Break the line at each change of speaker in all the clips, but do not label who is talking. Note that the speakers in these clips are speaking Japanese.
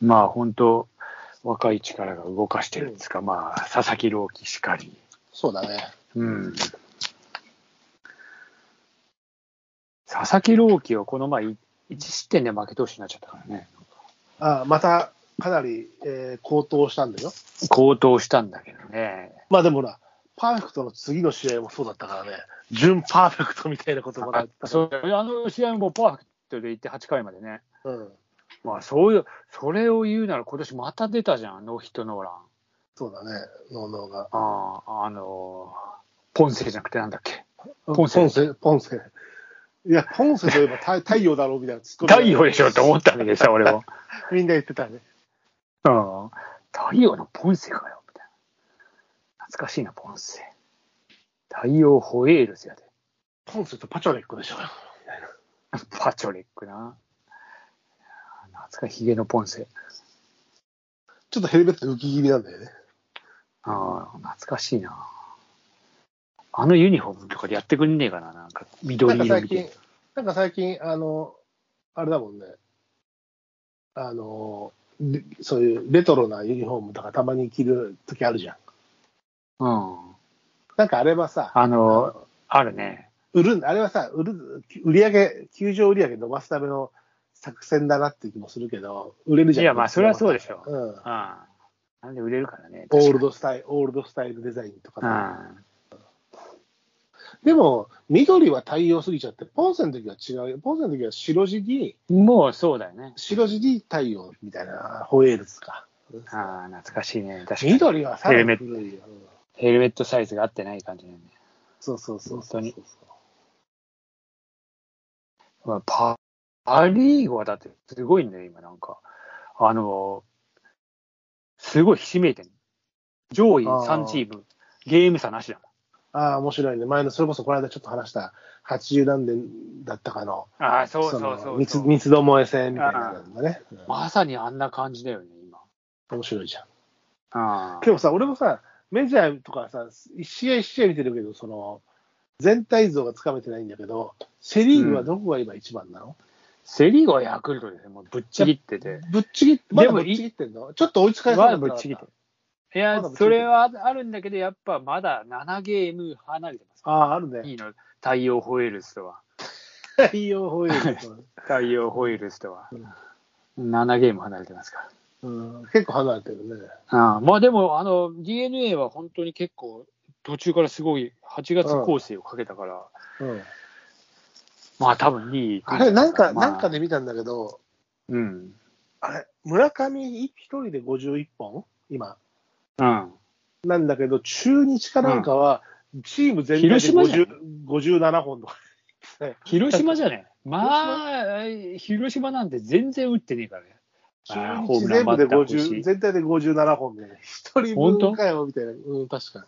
まあ本当、若い力が動かしてるんですか、まあ、佐々木朗希しかり。
そうだね。
うん。佐々木朗希をこの前、1失点で負け投手になっちゃったからね。
あまた、かなり、えー高騰したんだよ。
高騰したんだけどね。
まあでもほら、パーフェクトの次の試合もそうだったからね。準パーフェクトみたいなこともな
あそうあの試合もパーフェクトでいって8回までね。
うん。
まあそういう、それを言うなら今年また出たじゃん、ノーヒットノーラン。
そうだね。ノーノーが。
ああ、あのーポンセじゃなくてなんだっけ。ポ
ポ
ン
ン
セ
セ。ポンセ。いや、ポンセといえば太太陽だろうみたいなツッコミ
太陽でしょって思ったんだけどさ、俺も。
みんな言ってたね。
うん。太陽のポンセかよ、みたいな。懐かしいな、ポンセ。太陽ホエールズやで。
ポンセとパチョレックでしょ。
パチョレックな。懐かしい、ヒゲのポンセ。
ちょっとヘルメット浮き気味なんだよね。
ああ、懐かしいな。あのユニフォームとかでやってくんねえかな、なんか緑
なんか
色
最
みたいな
近。、なんか最近、あの、あれだもんね。あの、でそういうレトロなユニフォームとかたまに着る時あるじゃん。
うん。
なんかあれはさ、
あの、あるね。
売るん、あれはさ、売る、売り上げ、球場売り上げ伸ばすための作戦だなっていう気もするけど、売れるじゃん。
いやまあそれはそうでしょ
うん。
うん。なんで売れるからね。
オール
ド。
ドスタイル、オールドスタイルデザインとか
う
さ。
ん。
でも、緑は対応すぎちゃって、ポンセの時は違うよ。ポンセの時は白地に、
もうそうだよね。
白地に太陽みたいな、ホエールズか。
ああ、懐かしいね。確かに。
緑はさらに古いようん
ヘルメットサイズが合ってない感じだよね。
そうそうそうそう。
本当にまあ、パパリーグはだってすごいんだよ、今なんか。あの、すごいひしめいてる。上位
あー
3チーム、ゲーム差なしだ
ああ、面白いね。前の、それこそこの間ちょっと話した、80何年だったかの、
もん。ああ、そ
の三つ三つどもえ戦みたいなのがね。うん
まさにあんな感じだよね、今。
面白いじゃん。
あ
でもさ、俺もさ、メジャーとかさ、一試合一試合見てるけど、その、全体像がつかめてないんだけど、セ・リーグはどこが今一番なの、
セ・リーグはヤクルトですね、もうぶっちぎってて。
ぶっちぎって、ま
で
だ
も
ぶ
い
っちぎってんのちょっと追いつかれそう
まだ
だっ
ぶ
た
っちぎって。い
ま
や
だぶっちぎって、
それはあるんだけど、やっぱまだ7ゲーム離れてます。
ああ、あるね。
いいの、太陽ホエールズとは。
太陽ホイール
太陽ホイールズとは、7ゲーム離れてますか
うん、結構離れてるね。
ら。ああまあでも、あの、DNA は本当に結構、途中からすごい、8月構成をかけたから、
うん、
まあ多分2位。
あれ、なんか、
まあ
なんかで見たんだけど、
うん。
あれ、村上一人で51本今。
うん。
なんだけど、中日かなんかは、チーム全体で
広島じゃん
50 57本とか。
広島じゃねまあ、広島なんて全然打ってねえからね。ああ
中
ホー
日
ムラン
全
バ
部
ッタ
で
ー欲し
50
い
全体で57本みたいな、一人
本当
分かよみたいな、うん、確かに。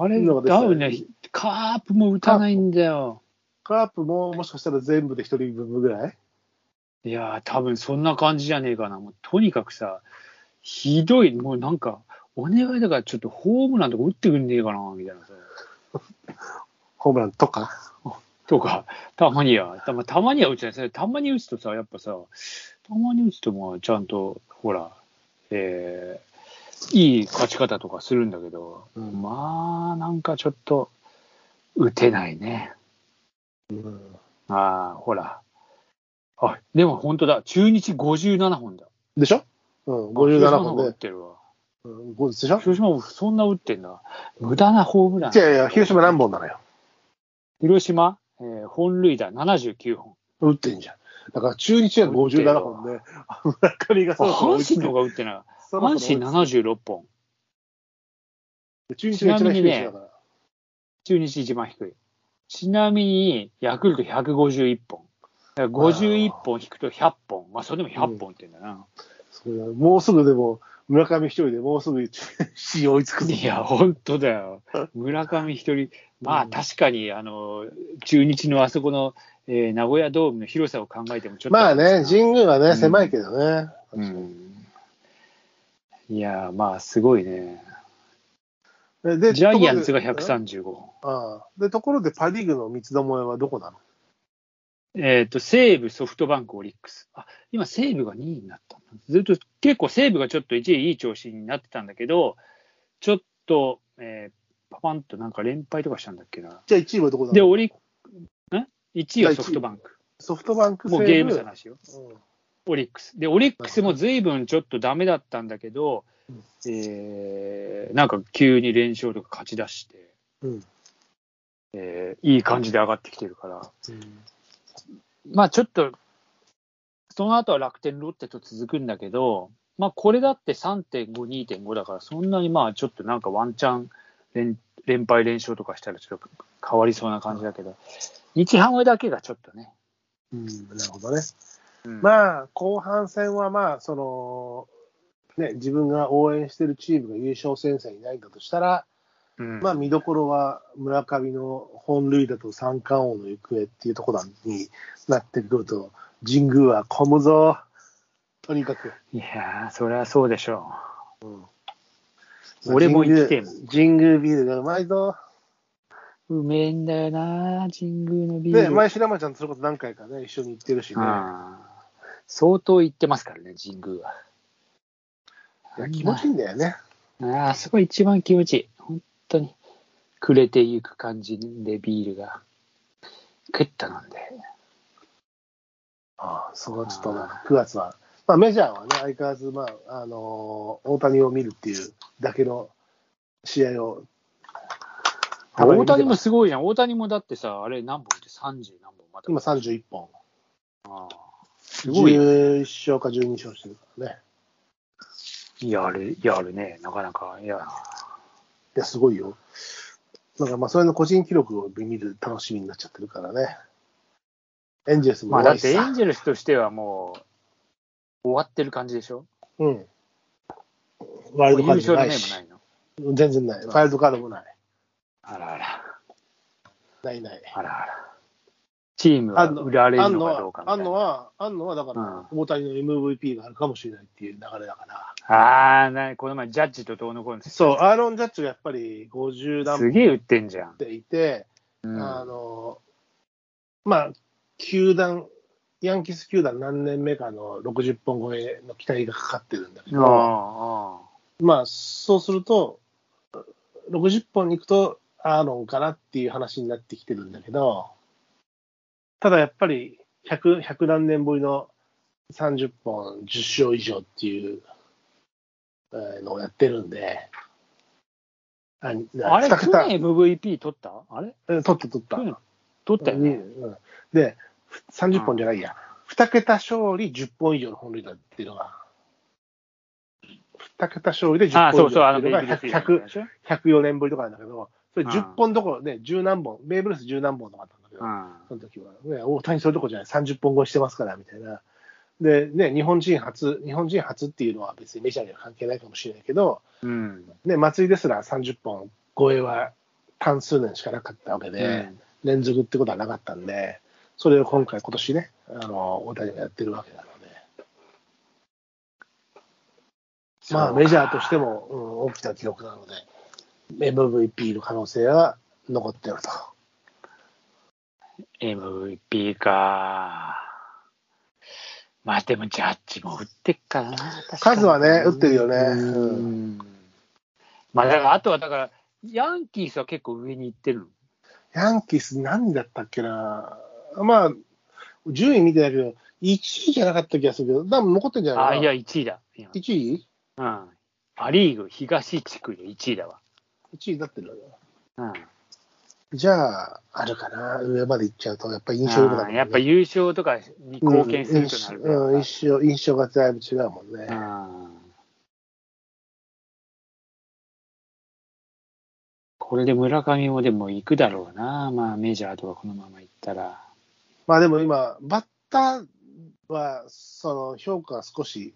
あれ、
のが出て
多
たよ
分ね、カープも打たないんだよ。
カープももしかしたら全部で一人分ぐらい
いやー、多分そんな感じじゃねえかな。もうとにかくさ、ひどい、もうなんか、お願いだからちょっとホームランとか打ってくんねえかな、みたいなさ。
ホームランとか。
とか、たまには、たまたまには打つない。たまに打つとさ、やっぱさ、たまに打つともうちゃんと、ほら、えー、いい勝ち方とかするんだけど、
うん
まあ、なんかちょっと、打てないね。
うん、
ああ、ほら。あ、でも本当だ。中日57本だ。
でしょうん、
あ
57
広島の方が
本
打っ
で。
てるわ。
うん、ごでしょ
広島もそんな打ってんだ。無駄なホームラン
い。やいや、広島何本なのよ。
広島、えー本塁打79本。
打ってんじゃん。だから中日は57本で、村上が
あ
そろそろ追い
阪
つい
神
て
の方が打ってない。
そろ
阪
そろ追いつい
神76本。
て中日が一番低い位置だから。
中日一番低い。ちなみに、ヤクルト151本。だから51本引くと100本。まあ、それでも100本って言うんだな。
そうだもうすぐでも、村上一人でもうすぐ中日追いつくぞ
いや、本当だよ。村上一人。まあ、
うん
確かに、あの、中日のあそこの、えー名古屋ドームの広さを考えてもちょっと。
まあね、神宮はね、
うん
狭いけどね。
うんいやー、まあ、すごいね。
えで
ジャイアンツが
ところで
135本。
ああで、ところでパ・リーグの三つどもえはどこなの
えっ、と、西武、ソフトバンク、オリックス。あ、今、西武が2位になったんだずっと、結構西武がちょっと1位いい調子になってたんだけど、ちょっと、えーパパンとなんか連敗とかしたんだっけな。
じゃあ1位はどこだ
で、オリック、ん ?1 位はソフトバンク。
ソフトバンク
もうゲーム
西
差
武
なしよ。
うん
オリックス。で、オリックスも随分ちょっとダメだったんだけど
うん、
えーなんか急に連勝とか勝ち出して、
うん
えーいい感じで上がってきてるから、
うん
まあちょっと、その後は楽天、ロッテと続くんだけど、まあこれだって3.5、2.5だから、そんなにまあちょっとなんかワンチャン連連敗、連勝とかしたらちょっと変わりそうな感じだけど、日ハムだけがちょっとね。
うん、なるほどね。
うん
まあ、後半戦はまあ、その、ね、自分が応援してるチームが優勝戦線にないんだとしたら、
うん
まあ、見どころは村上の本塁打と三冠王の行方っていうところになってくると、神宮は混むぞ。とにかく。
いやー、そりゃそうでしょ
うん
俺も行きてえもん
神宮神宮ビールがうまいぞ。
う。うめえんだよな、神宮のビール。
ね、前白間ちゃんとそれこそ何回かね、一緒に行ってるしね。
あー相当行ってますからね、神宮は。
いや気持ちいいんだよね。
ああ、そこ一番気持ちいい。本当に。くれていく感じでビールが。クッと飲んで。
ああ、そこはちょっとな、9月は、まあ、メジャーはね、相変わらず、まああのー大谷を見るっていうだけの試合を、たまに
大
見てます
谷もすごいじゃん。大谷もだってさ、あれ何本って30何本まだ。
今31本、
あーすごいよ。
11勝か12勝してるからね。
やる、やるね。なかなか。いや、
いや、すごいよ。なんかまあ、それの個人記録を見る楽しみになっちゃってるからね。エンジェルスも
まあだ
弱
っ
いして
エ
さ
ンジェルスとしてはもう、終わってる感じでしょ
うん。ワイルドカードも
の
ない
面も
し、
ないの。
全然ない。ワイルドカードもない。
あらあら、
ないない。
あらあら。チームは売られ
あ
る
ん
の
の
かどう
は
か、みたい
あん
な。
のは、あんのはだか
うん
ら、大谷の MVP があるかもしれないっていう流れだから。
ああ、なこの前、ジャッジとどうのこうのって
そう、アーロン・ジャッジがやっぱり50段っ
すげえ売ってんじゃん。
ていて、
うん
あの、まあ、球団、ヤンキース球団何年目かの60本超えの期待がかかってるんだけど、
あ
まあ、そうすると、60本に行くとアーロンかなっていう話になってきてるんだけど、ただやっぱり100、100何年ぶりの30本、10勝以上っていうえーのをやってるんで、あ
ああれ、
二
去
桁
年 MVP 取ったあれ
うん取った取った。
去年取ったよね。
うんで、30本じゃないや。2桁勝利10本以上の本塁打っていうのが、2桁勝利で
あ
10
あ、そ
本
う
以
そう、あ
上
の、
っ
ベ
ていうの
イ
が
ブルース以上のやつ
100
でしょ
104年ぶりとかなんだけど、それ
うん
10本どころで10何本、ベーブ・ルース10何本とかあったんだけど、
うん
その時は、ね、大谷そういうとこじゃない、30本超えしてますから、みたいな。で、ね、日本人初、日本人初っていうのは別にメジャーには関係ないかもしれないけど、
うん。
ね、松井ですら30本超えは単数年しかなかったわけで、
うん
連続ってことはなかったんで、それを今回、今年ね、あの大谷がやってるわけなので、まあ、メジャーとしても、うん、大きな記録なので、MVP の可能性は残ってると。
MVP か。まあでもジャッジも打ってっからな。確かに
数はね打ってるよね
うんまあだから、あとはだから、ヤンキースは結構上に行ってるの。
ヤンキース、何位だったっけな、まあ、順位見てないけど、1位じゃなかった気がするけど、多分残ってんじゃないかな。
あ、いや、1位だ。今
1位
うん。ア・リーグ東地区で1位だわ。
?1 位になってる
うん。
じゃあ、あるかな、上まで行っちゃうと、やっぱり印象良くな
あ
る、
ーやっぱ優勝とかに貢献するとなるとやっぱ
うん、印象、印象がだいぶ違うもんね。
うんこれで村上もでも行くだろうな、まあ、メジャーとかこのまま行ったら。
まあでも今、バッターは、その、評価が少し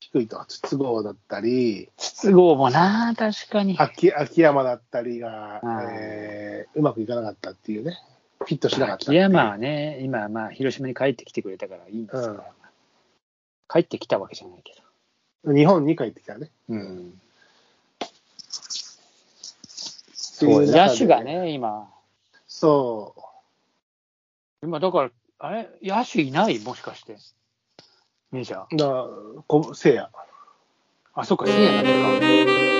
低いと、筒香だったり、
筒香もな、確かに。
秋秋山だったりが、
うん
えーうまくいかなかったっていうね、フィットしなかった。
秋山はね、今、まあ、広島に帰ってきてくれたからいいんですから、帰ってきたわけじゃないけ
日本に帰ってきたね。
ど。うん、そう、野手が。ね、今、
そ
今だから、あれ野手いないもしかして。メジャー。
だから、こせいや。
あ、そっか、せいやだけか。